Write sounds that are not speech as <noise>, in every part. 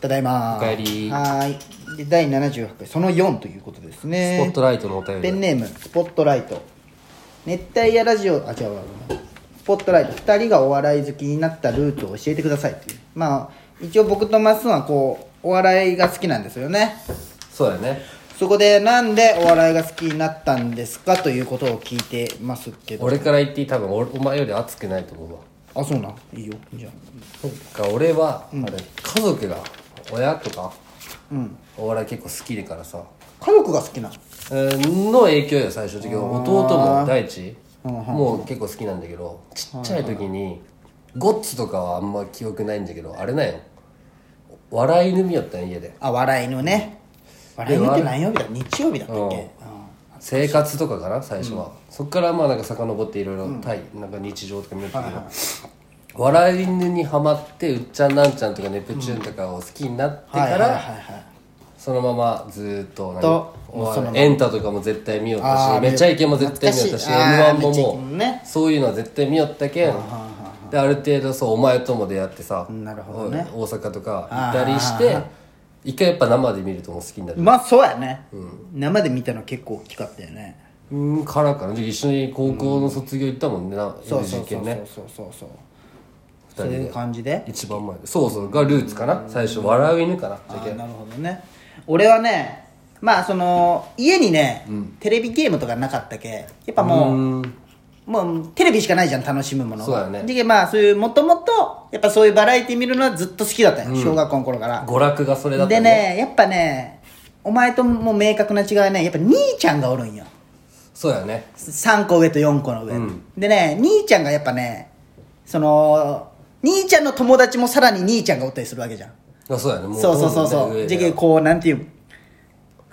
ただいまおかえりはーいで第78回その4ということですねスポットライトのお便ペンりネームスポットライト熱帯夜ラジオあ違うごめんスポットライト2人がお笑い好きになったルートを教えてくださいっていうまあ一応僕とマッスンはこうお笑いが好きなんですよねそうだよねそこでなんでお笑いが好きになったんですかということを聞いてますけど俺から言っていい多分俺お前より熱くないと思うわあそうなんいいよじゃあなんか俺は、あれ家族が親とか、うんお笑い結構好きだからさ、家族が好きなのえーの影響よ最終的に弟も大地うんうんもう結構好きなんだけどちっちゃい時にゴッツとかはあんま記憶ないんだけどあれなんよ笑い犬見よったんよ家であ笑いのね笑いのって何曜日だ日曜日だったっけ、うん生活とかかな最初は、そっからまあなんか遡っていろいろタイなんか日常とか見るけど、笑い犬にはまってうっちゃんなんちゃんとかネプチューンとかを好きになってはいはいかはいらはいそのままずーっと何とお笑いそのままエンタとかも絶対見よったあーしめちゃイケも絶対見よった懐かし m しいあー1めもちゃイケももう、ねそういうのは絶対見よったけんである程度そうお前とも出会ってさなるほどね大阪とか行ったりして一回やっぱ生で見るともう好きになるまあそうやね、生で見たの結構大きかったよねうんからかなで一緒に高校の卒業行ったもんね、なそうそう LG そ県うねそうそうそう二そ人うでいう感じで一番前でそうそうがルーツかな最初笑う犬かなあだけーなるほどね俺はねまあその家にね、テレビゲームとかなかったけやっぱもう、もうテレビしかないじゃん楽しむものそうだねでまあそういうもともとやっぱそういうバラエティ見るのはずっと好きだったよ、小学校の頃から娯楽がそれだったでねやっぱねお前とも明確な違いはねやっぱ兄ちゃんがおるんよそうやね3個上と4個の上、うんでね兄ちゃんがやっぱねその兄ちゃんの友達もさらに兄ちゃんがおったりするわけじゃんあそうやねもそうそうそうそうじじゃけゃこうなんていう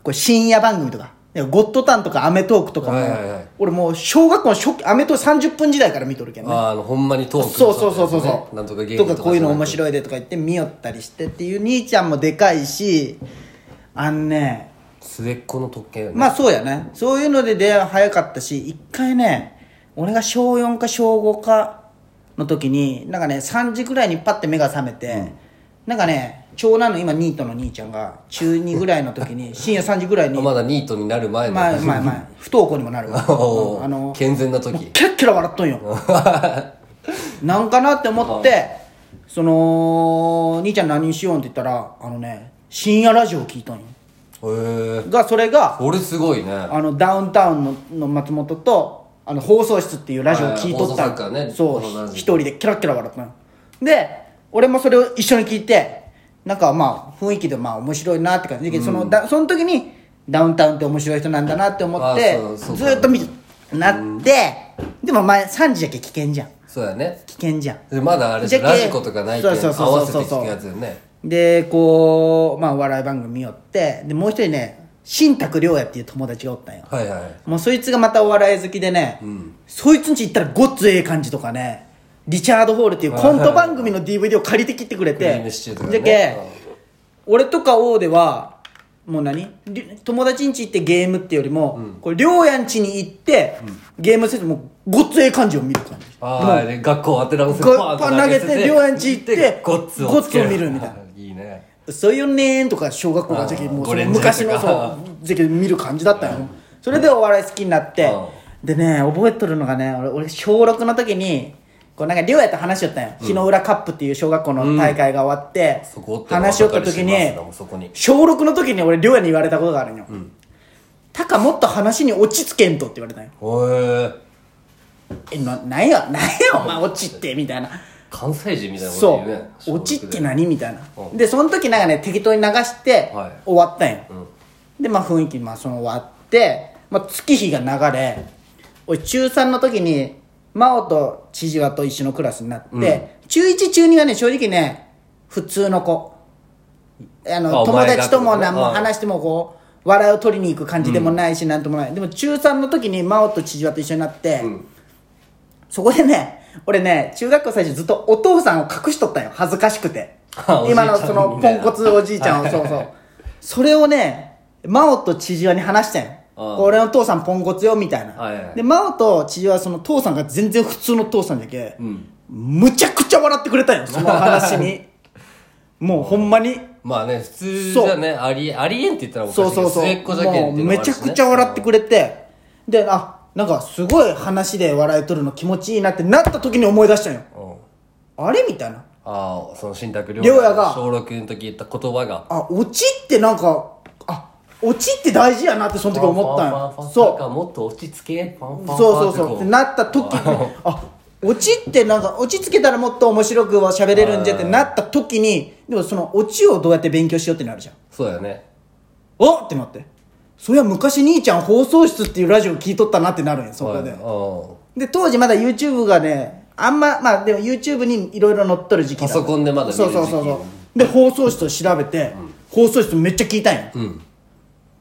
こう深夜番組とか「ゴッドタン」とか「アメトーク」とかも、はいはいはい俺もう小学校の初期アメトーク30分時代から見とるけんねああのほんまにトークそうそうそうそうねそうなんとかゲームとかこういうの面い白いでとか言って見よったりしてっていう兄ちゃんもでかいしあんね末っ子の特権よね、まあそうやねそういうので出会いは早かったし一回ね俺が小4か小5かの時になんかね3時ぐらいにパッて目が覚めて、なんかね長男の今ニートの兄ちゃんが中2ぐらいの時 <laughs> に深夜3時ぐらいにあまだニートになる前の、 <laughs> 前前前不登校にもなるわおうんーあの健全な時キャッキャラ笑っとん <laughs> よなんかなって思ってその兄ちゃん何しようんって言ったらあのね深夜ラジオを聞いとんよへえがそれが俺すごいねあのダウンタウンのの松本とあの放送室っていうラジオを聞いとったはいはい放送作家ねそうこのラジオ一人でキラキラ笑ったので俺もそれを一緒に聞いてなんかまあ雰囲気でまあ面白いなって感じで、そのだその時にダウンタウンって面白い人なんだなって思ってあそうそうずーっと見てなって、でも前3時だけ危険じゃんそうやね危険じゃんでまだあれじゃけラジコとかないけど合そうそうそうわせてそうそう聞くやつよねでこうまあお笑い番組見よってでもう一人ね新宅亮也っていう友達がおったんよはいはいもうそいつがまたお笑い好きでね、そいつんち行ったらごっつええ感じとかねリチャード・ホールっていうコント番組の DVD を借りてきてくれクリーてムシチューとかねじゃけうん俺とか王ではもう何り友達んち行ってゲームっていうよりも、これ亮やんちに行って、ゲームせずもうごっつええ感じを見る感じああ、ね、学校当てらんせこうパン投げて両円地行ってゴッツをつけゴッツを見るみたいないいねそういうねーんとか小学校がじゃけあーもうゴそレのンジャー昔とかのそうじゃけ見る感じだったよそれでお笑い好きになってでね覚えとるのがね俺俺小6の時にこうなんか寮やと話しよったんよ日の浦カップっていう小学校の大会が終わってそこおって話しよった時お別れしますになもうそこに小6の時に俺寮やに言われたことがあるんよタカもっと話に落ち着けんとって言われたんよへええななんやなんやお前落ちってみたいな関西人みたいなことそ言うねう落ちってな何みたいなうんでその時なんかね適当に流してはい終わったんよ、でまあ雰囲気まあその終わって、まあ、月日が流れ俺中3の時に真央と千々和と一緒のクラスになって、中1中2はね正直ね普通の子あのあお友前が達とも何もうん話してもこう笑いを取りに行く感じでもないし、なんともないでも中3の時に真央と千々和と一緒になって、そこでね、俺ね、中学校最初ずっとお父さんを隠しとったんよ。恥ずかしくてあ。おじいちゃ今んのそのポンコツおじいちゃんを、はいそうそう。それをね、真央と千々和に話したんよ。あ俺の父さんポンコツよ、みたいな。はいはいで、真央と千々和はその父さんが全然普通の父さんじゃけ、ん <laughs> むちゃくちゃ笑ってくれたんよ、その話に。もうほんまに。まあね普通じゃねありありえんって言ったらおかしいそうけどそうそう末っ子じゃけんもっうていうのもめあるしちねゃくちゃ笑ってくれてであなんかすごい話で笑い取るの気持ちいいなってなった時に思い出したんようんあれみたいなああその新宅良也が小6の時言った言葉があオチってなんかあオチって大事やなってその時思ったんよそうそうかもっと落ち着けファンファンそうそうファンそうっっててこなった時 <laughs> にあオチってなんか落ち着けたらもっと面白くは喋れるんじゃってなった時にでもそのオチをどうやって勉強しようってなるじゃんそうだよねおっってなってそりゃ昔兄ちゃん放送室っていうラジオ聞いとったなってなるんよそこで、はいで当時まだ YouTube がねあんままあでも YouTube にいろいろ載っとる時期だパソコンでまだ見る時期そうそうそうそうで放送室を調べて、放送室めっちゃ聞いたんや、っ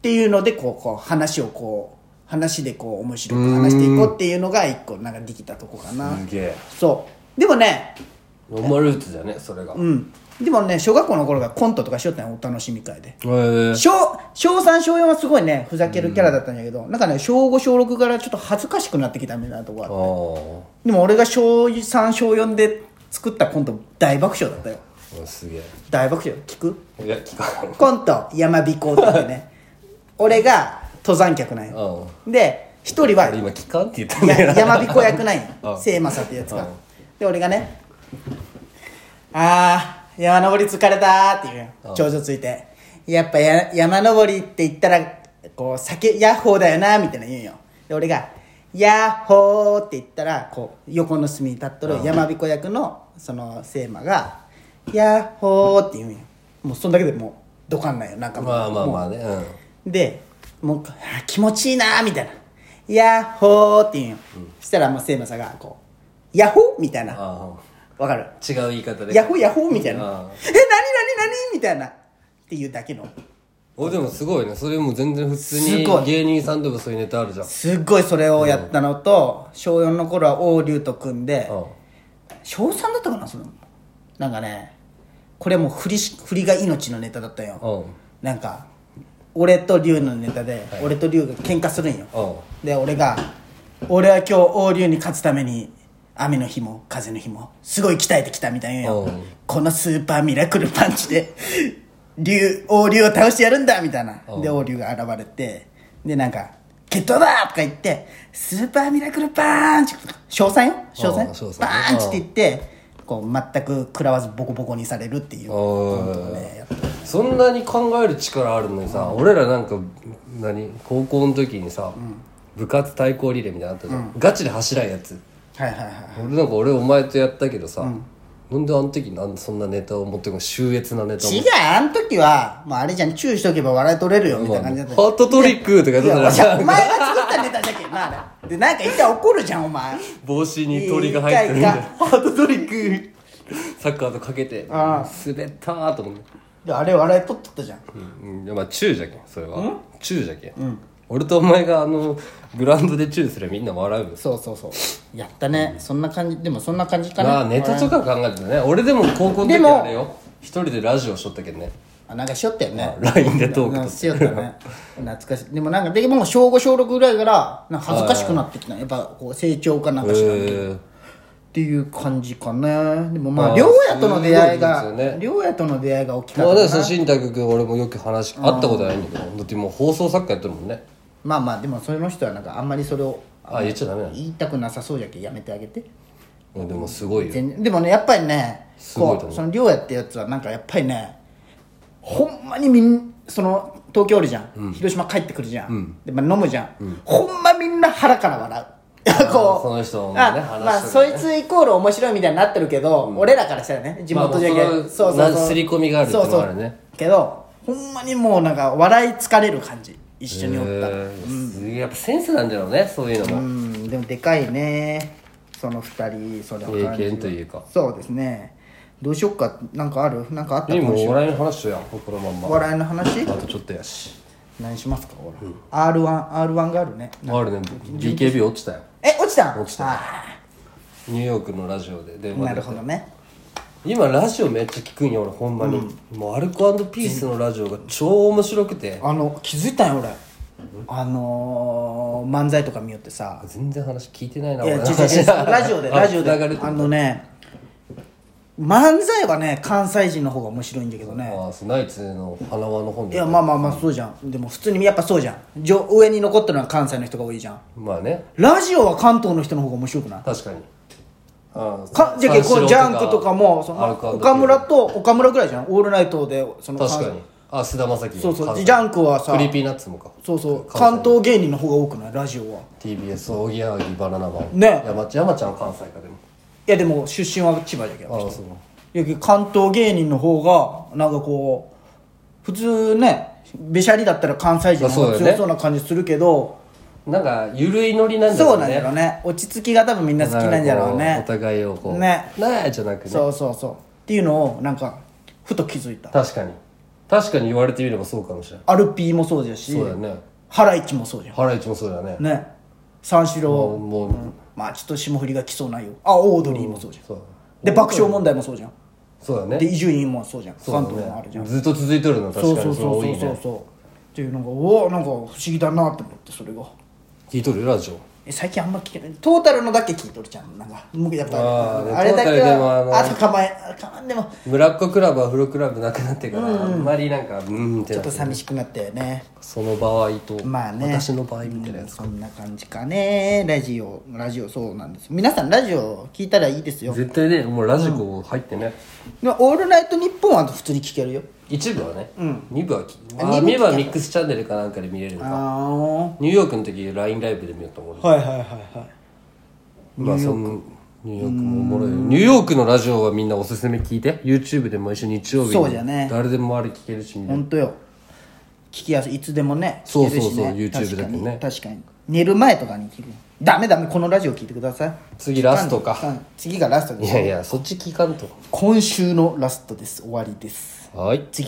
ていうのでこうこう話をこう話でこう面白く話していこうっていうのが一個なんかできたとこかなうんすげえそうでもねノーマルーツだよねそれがへうんでもね小学校の頃がコントとかしよったんよお楽しみ会でえ小小3小4はすごいねふざけるキャラだったんだけど、なんかね小5小6からちょっと恥ずかしくなってきたみたいなとこがあってああでも俺が小3小4で作ったコント大爆笑だったよすげえ大爆笑聞くいや聞かないコント「やまびこ」っていうね俺が登山客なんようんで一人は俺今聞かんって言ったんだよやなまびこ役なんようん聖正ってやつうがんで俺がね「あー山登り疲れた」って言ううんよ頂上ついてやっぱや山登りって言ったらこう酒ヤッホーだよなみたいな言うんよで俺が「ヤッホー」って言ったらこう横の隅に立っとるうんやまびこ役のその聖マが「ヤッホー」って言うんよもうそんだけでもうどかんないよなんかもうまあまあもうまあねうんでもうあー気持ちいいなーみたいな「ヤッホー」って言うんよ、そしたらもう聖馬さんがこう「ヤッホー」みたいなああわかる違う言い方「でヤッホーヤッホー」みたいな「えあ何あ何何?」みたいなっていうだけのおでもすごいねそれも全然普通すにごい芸人さんとかそういうネタあるじゃんすっごいそれをやったのと、小4の頃は王龍と組んで、うん小3だったかなそのなんかねこれもう振りし振りが命のネタだったよ、うんなんか俺と龍のネタで、俺と龍が喧嘩するんよ、うで俺が「俺は今日王流に勝つために雨の日も風の日もすごい鍛えてきた」みたいなよ、うんこのスーパーミラクルパンチで竜王流を倒してやるんだみたいな、うんで王流が現れてでなんか「決闘だ!」とか言って「スーパーミラクルパンチ」賞賛よ賞賛うん賞賛パーねンチって言ってこう全く食らわずボコボコにされるっていうおコーントをねやったんそんなに考える力あるのにさ俺らなんか何高校の時にさ部活対抗リレーみたいなのあったじゃんガチで走らんやつはいはいはい俺なんか俺お前とやったけどさなんであの時なんそんなネタを持ってこの秀逸なネタを違うあの時は、まあ、あれじゃん注意しとけば笑い取れるよみたいな感じだったよハートトリックとかいやおや前ってたらお前が作ったネタじゃけんなあれでなんか一回怒るじゃんお前帽子に鳥が入ってるみたいなハートトリックサッカーとかけてあ滑ったーと思ってであれ笑い取っとったじゃんうん、いやまあ中じゃけんそれは中じゃけん、俺とお前があのグラウンドでチューすればみんな笑うそうそうそうやったねそんな感じでもそんな感じかまなあネタとか考えてたね俺でも高校ので時もあれよ一人でラジオしとったけんねあなんかしよったよねあ LINE でトークとうんしよったね懐かしいでもなんかでも小5小6ぐらいからなんか恥ずかしくなってきたやっぱこう成長かなんかしらんけどえっていう感じかなでもまああー両親との出会いすがごいですよね両親との出会いが大きー、かまあっだたからな新宅君俺もよく話会ったことないんだけどだってもう放送作家やってるもんねまあまあでもその人はなんかあんまりそれをあ言っちゃダメなの言いたくなさそうじゃけやめてあげてうんでもすごいよ全然でもねやっぱりねすごいこと思ううその亮やってやつはなんかやっぱりねほんまにみんその東京おるじゃん、広島帰ってくるじゃん、でまあ、飲むじゃん、ほんまみんな腹から笑う <laughs> こうその人のねあ話とかねまあそいつイコール面白いみたいになってるけど、俺らからしたらね地元じゃけ、まあまあそれはな刷り込みがあるっていうのもあるねそうそうけどほんまにもうなんか笑い疲れる感じ一緒におったら、えーすげえやっぱセンスなんだろうねそういうのうもんでもでかいねその二人その感じは経験というかそうですねどうしよっかなんかあるなんかあったで今もう週お笑いの話しようやんこのまんおまあ笑いの話とちょっとやし何しますかほら、R1, R1 があるねあるね BKB 落ちたよえ落ちた落ちたあニューヨークのラジオで電ー話なでるほどね今ラジオめっちゃ聞くんよ俺ほんまに、もうアルコピースのラジオが超面白くてあの気づいたんよ俺あのー、漫才とか見よってさ全然話聞いてないないや違う俺違う違 <laughs> うラジオであラジオ繋がるであのね漫才はね関西人の方が面白いんだけどねああそうナイツの花輪の本いでやまあまあまあそうじゃんでも普通にやっぱそうじゃん上上に残ってるのは関西の人が多いじゃんまあねラジオは関東の人の方が面白くない確かにああかじゃあ結構ジャンクとかもそアルのコ岡村と岡村ぐらいじゃんオールナイトでその確かにあ菅田将暉そうそう関西ジャンクはさクリーピーナッツもかそうそう関関東東芸人の方が多くないラジオは TBS おぎやはぎバナナマンね山山ちゃんは関西かでもいやでも出身は千葉じゃけどああそういやけど関東芸人の方がなんかこう普通ねべしゃりだったら関西人の方まあがそうだ強よねそうな感じするけど、なんかゆるいノリなんだそろううなんだろねうね落ち着きが多分みんな好きなんだろうかこねお互いをこうねなあじゃなくねそうそうそうっていうのをなんかふと気づいた確かに確かに言われてみればそうかもしれないアルピーもそうだしそうだよねハライチもそうじゃんハライチもそうだよねね三四もう郎もうまあちょっと霜降りが来そうなよあオードリーもそうじゃん、そうだで爆笑問題もそうじゃんそうだねで伊集院もそうじゃんそう関だね東もあるじゃんずっと続いとるのそ確うかそうにそう多そいうそうねそうっていうのがおおなんか不思議だなと思ってそれが聞いとるラジオえ最近あんま聞けないトータルのだけ聞いとるじゃんなんかもうやっぱあーあれだけトータルでもあのはあと構えあ構えんでも村っ子クラブは風呂クラブなくなってからあんまりなんかうんってちょなっっとて寂しくなったよねその場合とまあね私の場合みたいなやつそんな感じかねラジオラジオそうなんです皆さんラジオ聞いたらいいですよ絶対ねもうラジコ入ってねでもオールナイトニッポンは普通に聞けるよ一部はね二部はきああ二部二部はミックスチャンネルかなんかで見れるのあかあニューヨークの時 LINE ライブで見よったもんはいはいはいはいまあそのニューヨークもおもろいよニューヨークのラジオはみんなおすすめ聞いて YouTube で毎週日曜日にそうじゃね誰でもあれ聞けるしみたいな本当よ聞きやすいいつでもねそう聞けるしねそうそう YouTube だとね確かに確かに寝る前とかに聞くダメダメこのラジオ聞いてください次ラストかうん次がラストいですやいやそっち聞かんと今週のラストです終わりですはい次